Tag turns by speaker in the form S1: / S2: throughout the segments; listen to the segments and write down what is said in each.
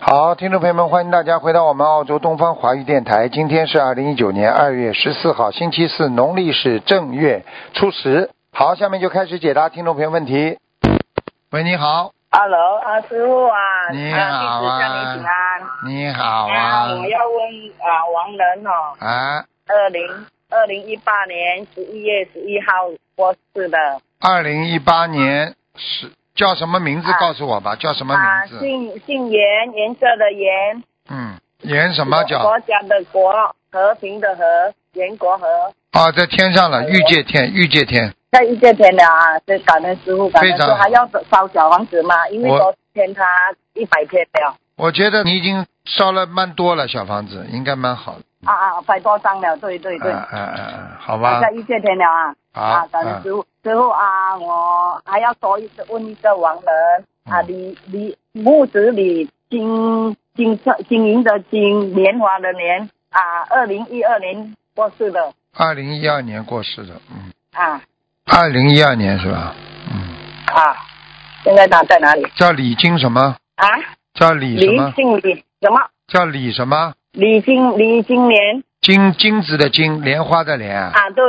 S1: 好，听众朋友们，欢迎大家回到我们澳洲东方华语电台。今天是二零一九年二月十四号，星期四，农历是正月初十。好，下面就开始解答听众朋友问题。喂，你好，
S2: Hello，啊，师傅啊，
S1: 你
S2: 啊，
S1: 好
S2: 弟子向
S1: 啊
S2: 你请安。
S1: 你好
S2: 啊，
S1: 啊
S2: 我要问啊，王仁哦，
S1: 啊，
S2: 二零二零一八年十一月十一号过世的，
S1: 二零一八年是叫什么名字？
S2: 啊
S1: 告诉我吧，叫什么
S2: 啊，
S1: 名字？
S2: 姓姓颜，颜色的颜，
S1: 嗯，严什么
S2: 国
S1: 叫？
S2: 国家的国，和平的和，袁国和，
S1: 哦，在天上了，玉界天，玉界天。
S2: 在遇见天了啊，这感恩师傅，感恩
S1: 非
S2: 师
S1: 常
S2: 傅
S1: 好
S2: 还要烧小房子嘛，因为
S1: 我
S2: 昨天他一百天了，
S1: 我觉得你已经烧了蛮多了，小房子应该蛮好的。
S2: 啊啊，百多张了，对对对，
S1: 啊啊啊啊，好吧
S2: 大，家遇见天了啊。啊
S1: 好，，
S2: 感恩
S1: 嗯
S2: 师傅，师傅啊，我还要说一个问一个王人啊，
S1: 嗯
S2: 李李木子李金金金银的金，年华的年啊，二零一二年过世的
S1: 二零一二年过世的，嗯，
S2: 啊
S1: 二零一二年是吧？嗯，
S2: 啊，现在他在哪里
S1: 叫李金什么？
S2: 啊？
S1: 叫李什
S2: 李
S1: 么？
S2: 姓李什么？
S1: 叫李什么？
S2: 李金李金莲
S1: 金金子的金，莲花的莲，
S2: 啊，对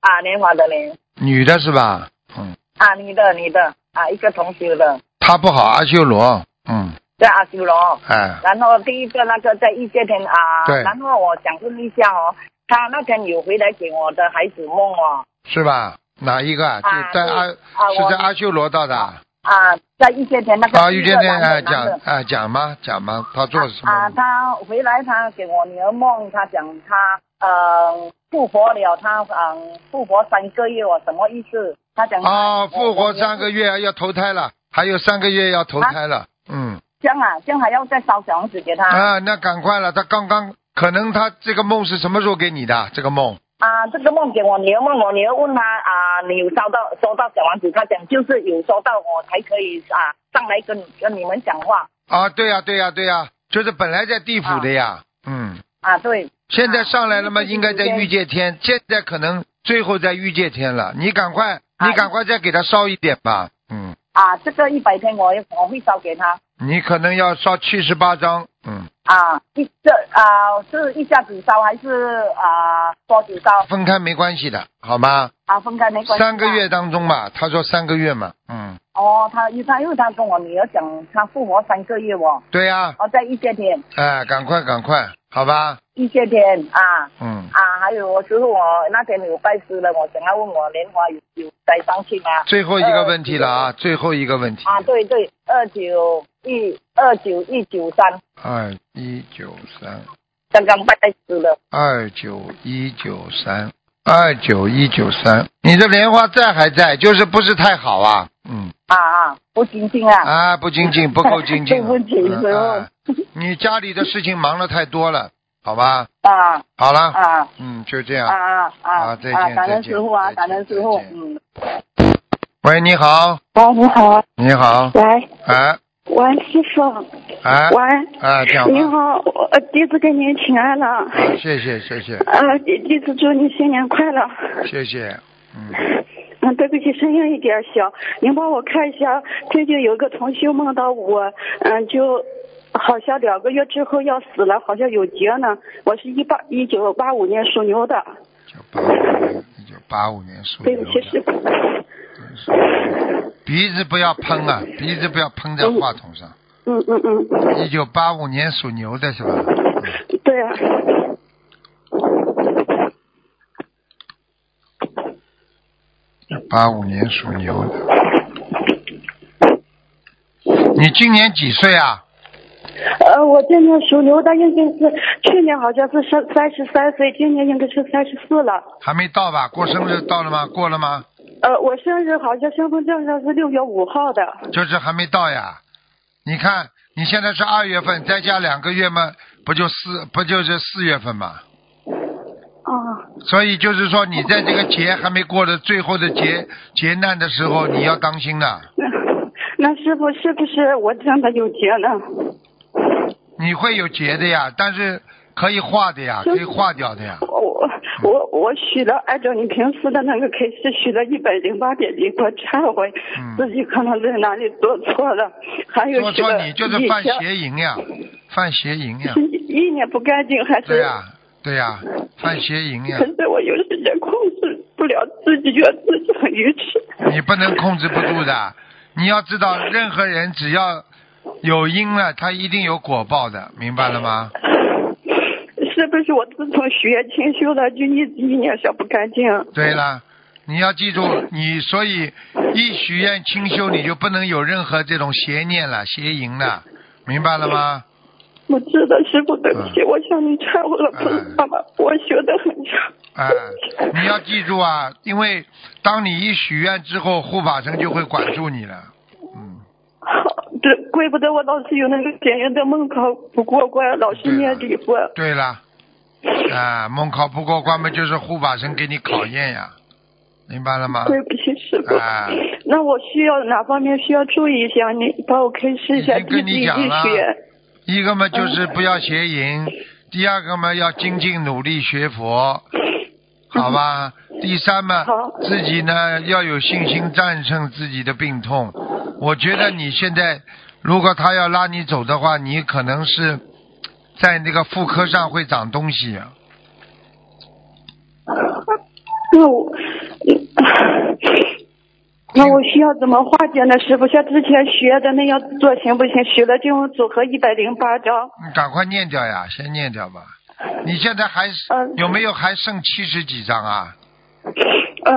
S2: 啊，年华的年
S1: 女的是吧？嗯，
S2: 啊，你的你的啊，一个同学的
S1: 她不好，阿修罗，嗯，
S2: 在阿修罗。
S1: 哎，
S2: 然后第一个那个在遇见天啊，
S1: 对
S2: 然后我想问一下哦，他那天有回来给我的孩子梦哦，
S1: 是吧？哪一个？就
S2: 啊
S1: 在
S2: 对
S1: 阿
S2: 啊
S1: 是在
S2: 我
S1: 阿修罗道的啊？
S2: 啊，在遇见天那个
S1: 啊，遇见天啊，
S2: 哎
S1: 讲啊讲吗？讲吗？他做了什
S2: 啊，
S1: 么？
S2: 他回来他给我女儿梦，他讲他呃复活了，他嗯复活三个月哦，什么意思？他讲
S1: 啊，复活三
S2: 月，
S1: 个月要投胎了，还有三个月要投胎了，嗯。
S2: 这样啊，这样还要再烧小房子给他啊
S1: 啊，那赶快了，他刚刚可能他这个梦是什么时候给你的？这个梦
S2: 啊这个梦给我女儿梦，我女儿问他啊，你有烧到收到小王子？他讲就是有收到，我才可以啊上来跟跟你们讲话。
S1: 啊，对呀、对呀、对呀、就是本来在地府的呀，嗯，
S2: 啊，对，
S1: 现在上来了嘛，
S2: 啊
S1: 应该在欲界天，现在可能最后在欲界天了，你赶快，
S2: 啊
S1: 你赶快再给他烧一点吧，嗯，
S2: 啊，这个一百天我也我会烧给他
S1: 你可能要烧七十八张，嗯，
S2: 啊，一这啊是一下子烧还是啊多久烧
S1: 分开没关系的，好吗？
S2: 啊？分开没关系。
S1: 三个。月当中嘛，他说三个月嘛，嗯，
S2: 哦，他因为他因为他跟我女儿讲，他复活三个月哦，
S1: 对呀、
S2: 哦在一些天
S1: 哎，赶快赶快，好吧，
S2: 一些天啊
S1: 嗯，
S2: 啊，还有我师傅我那天有拜师了，我想要问我莲花有有带上去吗？
S1: 最后一个问题了啊，最后一个问题
S2: 呃啊，对对，二九一二九一九三，
S1: 二一九三，
S2: 刚刚拜师了
S1: 二九一九三，二九一九三。你的莲花在还在，就是不是太好啊？嗯
S2: 啊啊，不精进啊
S1: 啊，不精进，不够精进。
S2: 对不起
S1: 嗯
S2: 师傅
S1: 啊 你家里的事情忙的太多了，好吧？
S2: 啊
S1: 好了，
S2: 啊
S1: 嗯，就这样。
S2: 啊啊
S1: 好再见
S2: 感
S1: 再
S2: 恩
S1: 见
S2: 师傅
S1: 再
S2: 啊，
S1: 见
S2: 感恩师傅
S1: 再，见
S2: 嗯，
S1: 喂，你好，
S3: 喂，你好，
S1: 你好，
S3: 喂，
S1: 哎
S3: 喂，师傅，
S1: 哎
S3: 喂，
S1: 哎，讲
S3: 你
S1: 吧。
S3: 好，我呃弟子给您请安了，
S1: 啊，谢谢谢谢
S3: 呃，弟弟子祝你新年快乐。
S1: 谢谢，嗯，
S3: 嗯，对不起，声音有点小，您帮我看一下，最近有一个同修梦到我，嗯，就好像两个月之后要死了，好像有劫呢。我是一八一九八五年属牛的，
S1: 九八五一九八五年属
S3: 对
S1: 牛
S3: 不起，师
S1: 的，
S3: 傅。
S1: 鼻子不要喷啊，鼻子不要喷在话筒上。
S3: 嗯嗯嗯，
S1: 一九八五年属牛的是吧？嗯
S3: 对啊，
S1: 八五年属牛的。你今年几岁啊？
S3: 呃，我今年属牛的，应该是去年好像是三三十三岁，今年应该是三十四了。
S1: 还没到吧？过生日到了吗？过了吗？
S3: 呃，我生日好像身份证上是六月五号的。
S1: 就是还没到呀。你看，你现在是二月份，再加两个月嘛，不就四不就是四月份嘛？
S3: 啊，
S1: 所以就是说，你在这个劫还没过的最后的劫劫难的时候，你要当心了，
S3: 那那师傅是不是我真的有劫呢？
S1: 你会有劫的呀，但是可以化的呀，可以化掉的呀。
S3: 我我我我许了，按照你平时的那个开始许了一百零八点零八忏悔，
S1: 嗯
S3: 自己可能在哪里做错了，还有
S1: 做
S3: 许
S1: 错
S3: 了
S1: 你就是犯
S3: 一些
S1: 邪淫呀，犯邪淫 呀
S3: 是，意念不干净还是？
S1: 对呀、对呀、犯邪淫呀
S3: 可，是我有时也控制不了自己，觉得自己很愚痴。
S1: 你不能控制不住的。你要知道，任何人只要有因了，他一定有果报的，明白了吗？
S3: 是不是我自从学清修了，就一直意念上不干净？啊
S1: 对了，你要记住，你所以一许愿清修，你就不能有任何这种邪念了、邪淫了，明白了吗？
S3: 我知道师傅，对不
S1: 嗯
S3: 起，我向你忏悔了，菩萨妈，我学的很差。
S1: 啊、嗯你要记 住啊，因为当你一许愿之后，护法神就会管住你了。嗯，
S3: 好，这怪不得我老是有那个检验的梦考不过关，老
S1: 啊
S3: 是念礼佛。
S1: 对了，啊，梦考不过关嘛，就是护法神给你考验呀，明白了吗？
S3: 对不起，师傅。
S1: 啊，
S3: 那我需要哪方面需要注意一下？你帮我开示一下，
S1: 已经跟
S3: 弟
S1: 你
S3: 子
S1: 讲
S3: 一
S1: 了
S3: 学。
S1: 一个嘛就是
S3: 嗯
S1: 不要邪淫，第二个嘛要精进努力学 佛，好吧？第三嘛
S3: 好，
S1: 自己呢要有信心战胜自己的病痛。我觉得你现在如果他要拉你走的话，你可能是在那个妇科上会长东西啊。
S3: 那我，嗯那我需要怎么化解呢？师傅，像之前学的那样做行不行？学了经文组合一百零八章，
S1: 你赶快念掉呀，先念掉吧。你现在还是
S3: 嗯
S1: 有没有还剩七十几张啊？
S3: 呃，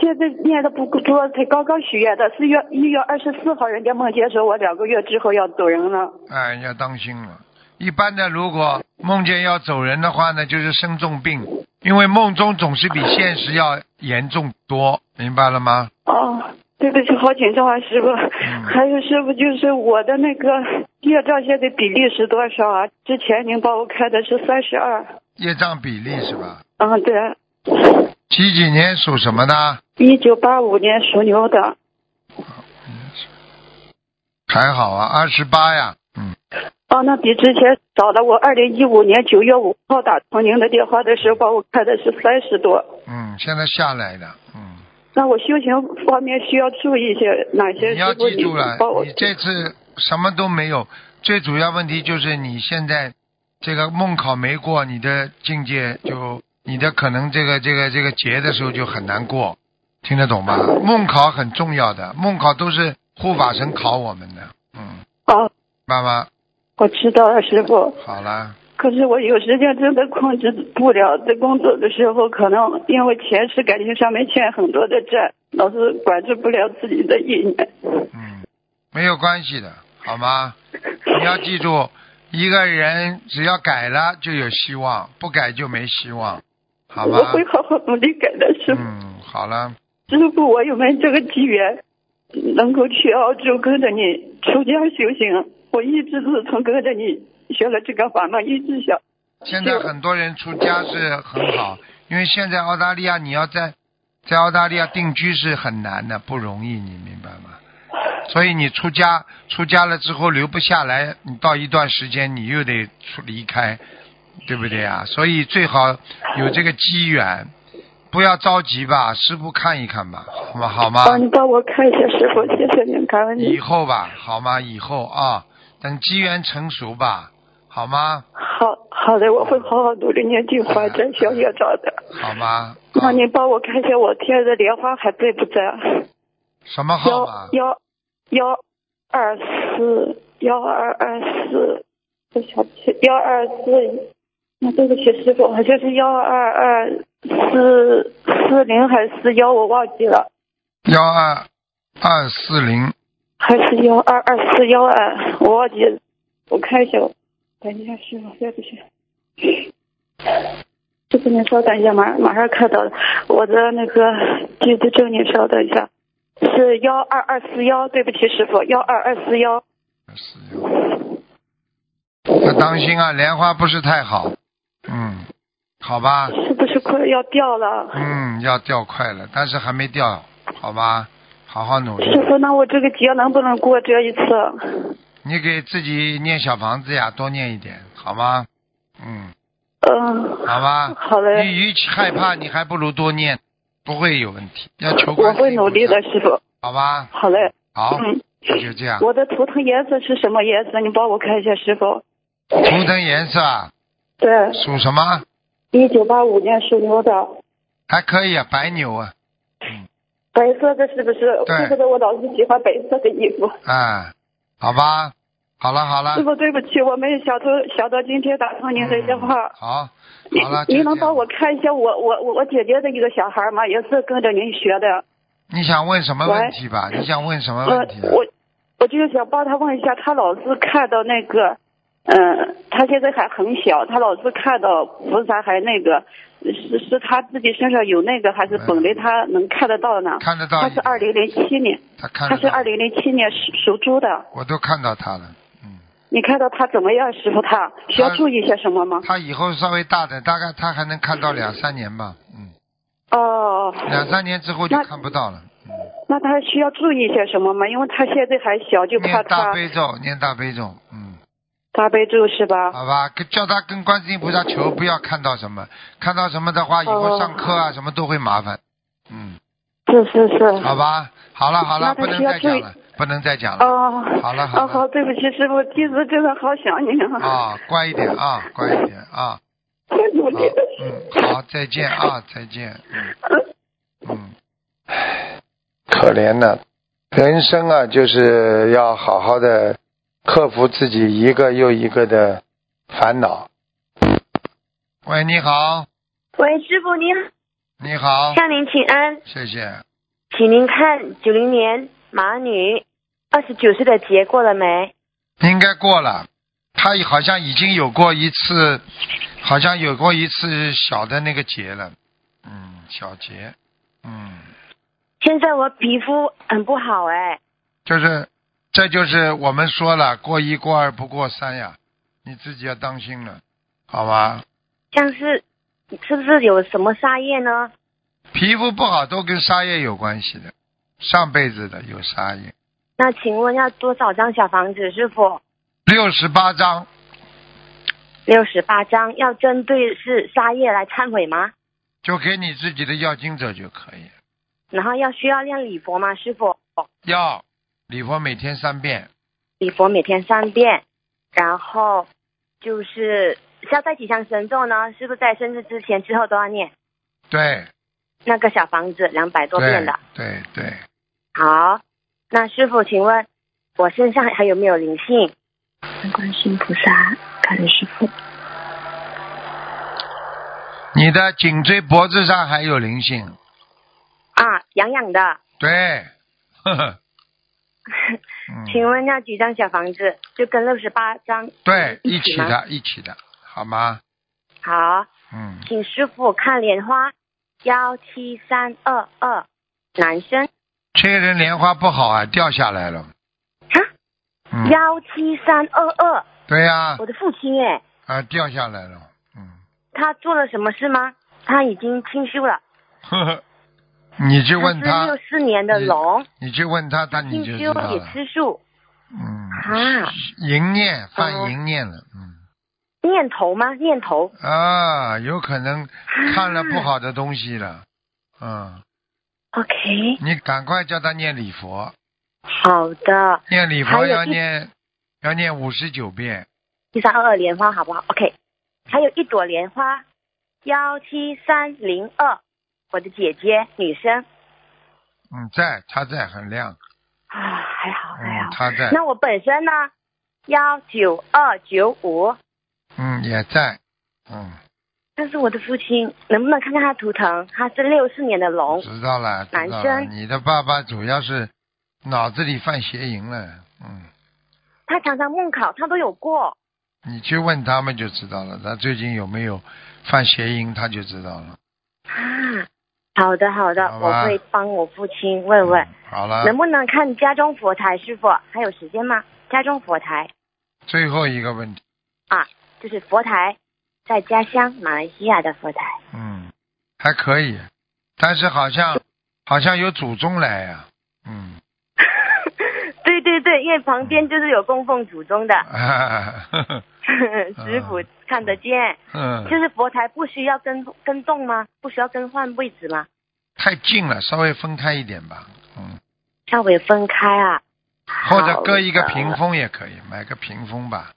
S3: 现在念的不多，才刚刚许愿的。四月一月二十四号，人家梦见说我两个月之后要走人了。
S1: 哎，要当心了。一般的，如果梦见要走人的话呢，就是生重病，因为梦中总是比现实要严重多，明白了吗？
S3: 哦，对不起，好紧张啊，师傅。
S1: 嗯
S3: 还有师傅，就是我的那个业障现在比例是多少啊？之前您帮我看的是三十二。
S1: 业障比例是吧？
S3: 嗯，对，
S1: 几几年属什么呢？
S3: 一九八五年属牛的。
S1: 还好啊，二十八呀。嗯，
S3: 哦，那比之前少了。我二零一五年九月五号打通您的电话的时候，帮我看的是三十多。
S1: 嗯，现在下来的。嗯，
S3: 那我修行方面需要注意些哪些？
S1: 你要
S3: 师傅
S1: 记住了
S3: 帮我，
S1: 你这次什么都没有，最主要问题就是你现在这个梦考没过，你的境界就你的可能这个这个这个劫的时候就很难过，听得懂吗？梦考很重要的，梦考都是护法神考我们的，嗯，
S3: 哦，
S1: 妈妈，
S3: 我知道了，师傅。
S1: 好了，
S3: 可是我有时间真的控制不了，在工作的时候，可能因为前世感情上面欠很多的债，老是管制不了自己的意念。
S1: 嗯，没有关系的，好吗？你要记住，一个人只要改了就有希望，不改就没希望，好吗
S3: 我？会好好努力改的，师傅。
S1: 嗯，好了。
S3: 师傅，我有没有这个机缘，能够去澳洲跟着你出家修行？啊我一直自从跟着你学了这个法门，一直
S1: 啊
S3: 想，
S1: 现在很多人出家是很好，因为现在澳大利亚你要在在澳大利亚定居是很难的，不容易，你明白吗？所以你出家出家了之后留不下来，你到一段时间你又得出离开，对不对啊？所以最好有这个机缘，不要着急吧，师傅看一看吧，好吗？好吗？
S3: 帮你帮我看一下师傅，谢谢您，感恩
S1: 以
S3: 您。
S1: 后吧，好吗？以后啊，等机缘成熟吧，好吗？
S3: 好好的，我会好好努力念经还债消业障的。
S1: 好吗？啊
S3: 那您哦帮我看一下我贴的莲花还在不在？
S1: 什么号码
S3: 幺？幺幺二四幺二二四，我想起幺二四，那对不起师傅，好像是幺二二四四零还是四幺，我忘记了，
S1: 幺二二四零，
S3: 还是幺二二四幺二，我忘记了，我看一下，等一下师傅，对不起。师傅，您稍等一下，马马上看到了我的那个居住证，您稍等一下，是幺二二四幺，对不起，师傅，幺二二四幺。
S1: 四幺，要当心啊，莲花不是太好，嗯，好吧，
S3: 是不是快要掉了？
S1: 啊嗯，要掉快了，但是还没掉，好吧，好好努
S3: 师
S1: 力，
S3: 傅，那我这个节能不能过这一次？
S1: 你给自己念小房子呀，多念一点，好吗？嗯，
S3: 嗯，
S1: 好吧，
S3: 好
S1: 你
S3: 嘞，
S1: 与其害怕，你还不如多念，不会有问题，要求
S3: 我
S1: 观世
S3: 会
S1: 音
S3: 努力
S1: 菩萨
S3: 的，，师傅。
S1: 好吧，
S3: 好嘞，
S1: 好，啊
S3: 嗯，
S1: 就这样，
S3: 我的图腾颜色是什么颜色？你帮我看一下，师傅。
S1: 图腾颜色啊，
S3: 对，
S1: 属什么？
S3: 一九八五年属牛的，
S1: 还可以啊，白牛啊，
S3: 白色的是不是？
S1: 对
S3: 怪不得我老是喜欢白色的衣服。
S1: 啊，好吧，好了好了
S3: 师，傅，对不起，我没有想到想到今天打通您的电话。
S1: 嗯好，
S3: 您
S1: 好了，就这
S3: 您能
S1: 样
S3: 帮我看一下我我我我姐姐的一个小孩吗？也是跟着您学的。
S1: 你想问什么
S3: 喂
S1: 问题吧？你想问什么
S3: 呃
S1: 问题、，啊
S3: 我我就是想帮他问一下，他老是看到那个，嗯、他现在还很小，他老是看到菩萨还那个，是是他自己身上有那个，还是本来他能看得到呢？
S1: 看得到
S3: 他
S1: 一点，
S3: 是二零零七年，
S1: 他看
S3: 他
S1: 得
S3: 是
S1: 到
S3: 二，零零七年属属猪的。
S1: 我都看到他了，嗯，
S3: 你看到他怎么样，师傅他需要
S1: 他
S3: 注意些什么吗？
S1: 他以后稍微大点，大概他还能看到两三年吧，嗯，
S3: 哦，
S1: 两三年之后就
S3: 那
S1: 看不到了，嗯，
S3: 那他需要注意些什么吗？因为他现在还小，就怕
S1: 念大
S3: 他
S1: 悲咒，念大悲咒，嗯，
S3: 大悲咒是吧？
S1: 好吧，跟叫他跟观世音菩萨求，不要看到什么，看到什么的话，以后
S3: 哦
S1: 上课啊什么都会麻烦，嗯，
S3: 是是是。
S1: 好吧，好了好了，
S3: 那他
S1: 不能
S3: 需要
S1: 再讲
S3: 注意
S1: 了，不能再讲了，
S3: 哦，
S1: 好了好
S3: 啊
S1: 了
S3: 好，对不起师傅，弟子真的好想你啊！
S1: 啊，乖一点啊，乖一点啊。
S3: 太努
S1: 好
S3: 力了。，
S1: 嗯，好，再见啊，再见，嗯，嗯，可怜呐，人生啊，就是要好好的克服自己一个又一个的烦恼。喂，你好，
S4: 喂，师傅您
S1: 你好，
S4: 向您请安，
S1: 谢谢。
S4: 请您看九零年马女二十九岁的结过了没？
S1: 应该过了，他好像已经有过一次，好像有过一次小的那个结了，嗯，小结，嗯。
S4: 现在我皮肤很不好哎，
S1: 就是，这就是我们说了，过一过二不过三呀，你自己要当心了，好吧？
S4: 像是是不是有什么沙叶呢？
S1: 皮肤不好都跟沙业有关系的，上辈子的有沙业。
S4: 那请问要多少张小房子，师傅？
S1: 六十八章，
S4: 六十八张，要针对是沙叶来忏悔吗？
S1: 就给你自己的要经者就可以了。
S4: 然后要需要念礼佛吗，师傅？
S1: 要礼佛每天三遍，
S4: 礼佛每天三遍，然后就是要带几箱神咒呢？是不是在生日之前之后都要念？
S1: 对，
S4: 那个小房子两百多遍
S1: 对
S4: 的。，
S1: 对对，
S4: 好，那师傅，请问我身上还有没有灵性？
S5: 观世音菩萨，感恩师傅。
S1: 你的颈椎脖子上还有灵性，
S4: 啊，痒痒的，
S1: 对，呵呵，
S4: 请
S1: 嗯，
S4: 问要几张小房子？就跟六十八张
S1: 对，一
S4: 起
S1: 起
S4: 吗？
S1: 的，一起的，好吗？
S4: 好，
S1: 嗯。
S4: 请师傅看莲花幺七三二二，男生
S1: 这个人莲花不好啊，掉下来了。
S4: 哈
S1: 嗯，
S4: 幺七三二二，
S1: 对呀、啊啊
S4: 我，的父亲耶，
S1: 掉下来了。嗯，
S4: 他做了什么事吗？他已经清修了，
S1: 呵呵，嗯你去问
S4: 他是
S1: 他
S4: 六，四年的
S1: 你
S4: 龙，
S1: 你去问他，他你
S4: 清
S1: 就知
S4: 修
S1: 道
S4: 也
S1: 了。
S4: 吃素
S1: 嗯，
S4: 啊，
S1: 淫念
S4: 哦
S1: 犯淫念了。嗯
S4: 念头吗？念头
S1: 啊，有可能看了不
S4: 啊
S1: 好的东西了。嗯，
S4: ，OK，
S1: 你赶快叫他念礼佛，
S4: 好的。
S1: 念礼
S4: 还
S1: 佛
S4: 有
S1: 要
S4: 一
S1: 念要念五十九遍。
S4: 七三二二莲花好不好？OK，还有一朵莲花，幺七三零二，我的姐姐，女生
S1: 嗯，在他在很亮。
S4: 啊，还好还
S1: 嗯，
S4: 好。
S1: 他在。
S4: 那我本身呢，幺九二九五，
S1: 嗯，也在。嗯。
S4: 但是我的父亲，能不能看看他图腾？他是六四年的龙，
S1: 知道了，知
S4: 男
S1: 道了。
S4: 生
S1: 你的爸爸主要是脑子里犯邪淫了，嗯，
S4: 他常常梦考，他都有过。
S1: 你去问他们就知道了。他最近有没有犯邪淫，他就知道了。
S4: 啊，好的好的，
S1: 好吧
S4: 我会帮我父亲问问，
S1: 嗯好了，
S4: 能不能看家中佛台？师傅还有时间吗？家中佛台。
S1: 最后一个问题，
S4: 啊就是佛台，在家乡马来西亚的 佛台。
S1: 嗯，还可以，但是好像好像有祖宗来呀、嗯，
S4: 对对对，因为旁边就是有供奉祖
S1: 啊
S4: 宗的，
S1: 呵呵
S4: 师傅看得见。就
S1: 嗯，
S4: 是佛台不需要更更动吗？不需要更换位置吗？
S1: 太近了，稍微分开一点吧，嗯，
S4: 稍微分开啊，
S1: 或者搁一个
S4: 好的
S1: 屏风也可以，买个屏风吧，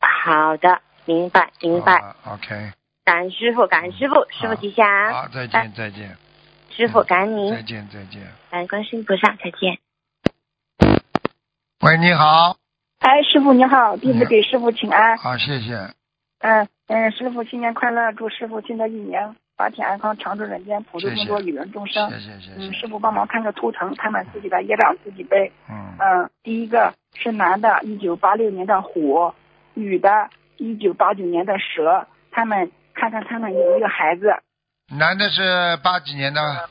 S4: 啊，好的，明白明白。
S1: 好吧，OK，
S4: 感恩师傅，感恩师傅，师傅吉祥，
S1: 好，再见，再见，
S4: 师傅感恩您
S1: 再，见，再见。
S4: 感恩观世音菩萨，再见。
S1: 喂，你好，
S3: 哎，师傅你好，弟子给师傅请安。
S1: 好，谢谢，
S3: 嗯嗯，师傅新年快乐，祝师傅新的一年法体安康，常住人间，普度
S1: 谢谢
S3: 众多，与人众生。
S1: 谢谢，谢
S3: 嗯，
S1: 谢，
S3: 师傅帮忙看个图腾，看看自己的业障自己背。
S1: 嗯，
S3: 嗯，第一个是男的，一九八六年的虎，女的，一九八九年的蛇，他们看看他们有没有孩子。
S1: 男的是八几年的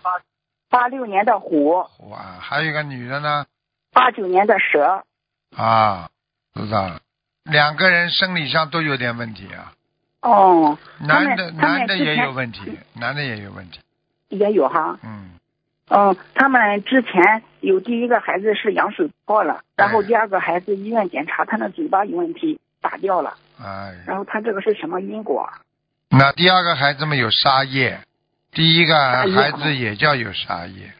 S3: 八六年的虎，
S1: 虎啊，还有一个女的呢，
S3: 八九年的蛇，
S1: 啊，知道了，两个人生理上都有点问题啊，
S3: 哦，他们
S1: 男的
S3: 他们
S1: 男的
S3: 之
S1: 也
S3: 前
S1: 有问题，男的也有问题，
S3: 也有哈。
S1: 嗯，
S3: 嗯，他们之前有第一个孩子是羊水破了，然后
S1: 嗯
S3: 第二个孩子医院检查他的嘴巴有问题，打掉了。
S1: 哎，
S3: 然后他这个是什么因果？
S1: 那第二个孩子们有杀业，第一个
S3: 业
S1: 孩子也叫有杀业，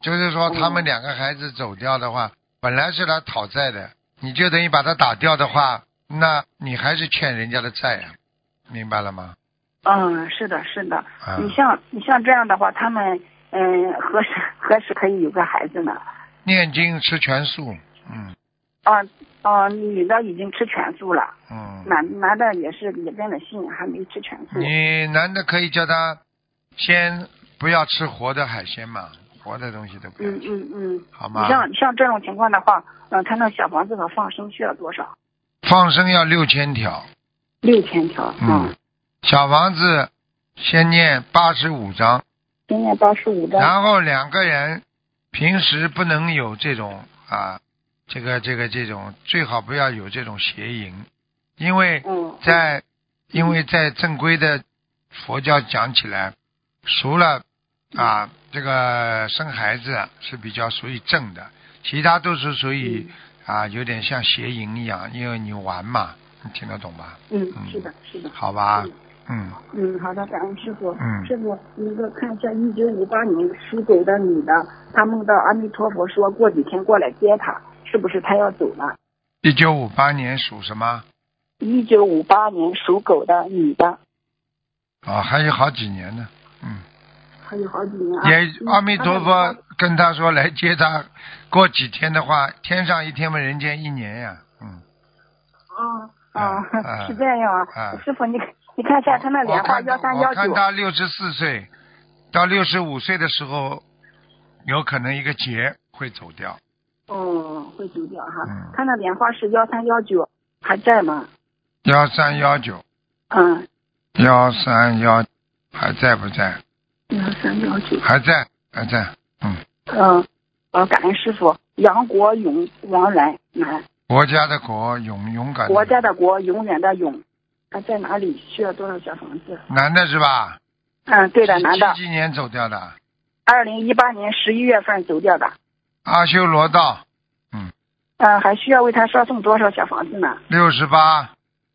S1: 就是说他们两个孩子走掉的话，本来是来讨债的，你就等于把他打掉的话，那你还是欠人家的债啊，明白了吗？
S3: 嗯，是的，是的。
S1: 啊，
S3: 你像你像这样的话，他们嗯何时何时可以有个孩子呢？
S1: 念经吃全素，嗯
S3: 啊啊，女的已经吃全素了，
S1: 嗯，
S3: 男男的也是也跟着信，还没吃全素。
S1: 你男的可以叫他先不要吃活的海鲜嘛，活的东西都不要
S3: 嗯，嗯嗯。
S1: 好吗
S3: 你？像像这种情况的话，嗯、他那小房子的放生需要多少？
S1: 放生要六千条，
S3: 六千条。啊
S1: 嗯，小房子先念八十五章，
S3: 今年八十五张。
S1: 然后两个人平时不能有这种啊，这个这个这种，最好不要有这种邪淫，因为
S3: 嗯
S1: 在因为在正规的佛教讲起来，除了啊这个生孩子啊是比较属于正的，其他都是属于
S3: 嗯
S1: 啊有点像邪淫一样，因为你玩嘛，你听得懂吧？
S3: 嗯
S1: 嗯，
S3: 是的，是的。
S1: 好吧，嗯
S3: 嗯，好的，感恩师傅。
S1: 嗯
S3: 师傅，一个看一下一九五八年属狗的女的，她梦到阿弥陀佛说过几天过来接她，是不是她要走了？
S1: 一九五八年属什么？
S3: 一九五八年属狗的女的，
S1: 啊，还有好几年呢，嗯。
S3: 还有好几年啊。
S1: 也
S3: 嗯
S1: 阿弥陀佛。跟他说来接他，过几天的话，天上一天嘛，人间一年呀，嗯，
S3: 啊
S1: 嗯嗯
S3: 啊， 是这样啊
S1: 嗯。
S3: 师傅，你你看一下她那莲花
S1: 我看
S3: 幺三
S1: 我
S3: 幺
S1: 看
S3: 九。
S1: 他六十四岁到六十五岁的时候，有可能一个劫会走掉，
S3: 哦，会走掉哈
S1: 嗯。
S3: 她那莲花是幺三幺九，还在吗？
S1: 幺三幺九
S3: 嗯，
S1: 幺三幺还在不在？
S3: 幺三幺九。
S1: 还在还在，嗯，
S3: 嗯，呃，感恩师傅，杨国勇，王然男，
S1: 国家的国勇勇敢
S3: 国家的国，永远的永，他在哪里？需要多少小房子？
S1: 男的是吧？
S3: 嗯，对的，
S1: 几
S3: 男的
S1: 几，几年走掉的？
S3: 二零一八年十一月份走掉的。
S1: 阿修罗道
S3: 嗯，还需要为他烧送多少小房子呢？
S1: 六十八，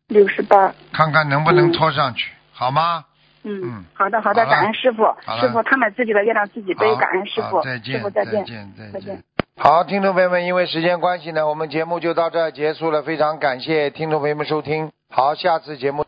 S3: 六十八。
S1: 看看能不能
S3: 嗯
S1: 拖上去，好吗？嗯
S3: 嗯，好的，好的，
S1: 好了
S3: 感恩师傅
S1: 好，了
S3: 师傅他们自己的业障自己背
S1: 好，
S3: 感恩师
S1: 好
S3: 傅，
S1: 再
S3: 师
S1: 见，
S3: 傅再
S1: 见
S3: 见，，
S1: 再
S3: 再见。
S1: 好，听众朋友们，因为时间关系呢，我们节目就到这儿结束了，非常感谢听众朋友们收听，好，下次节目。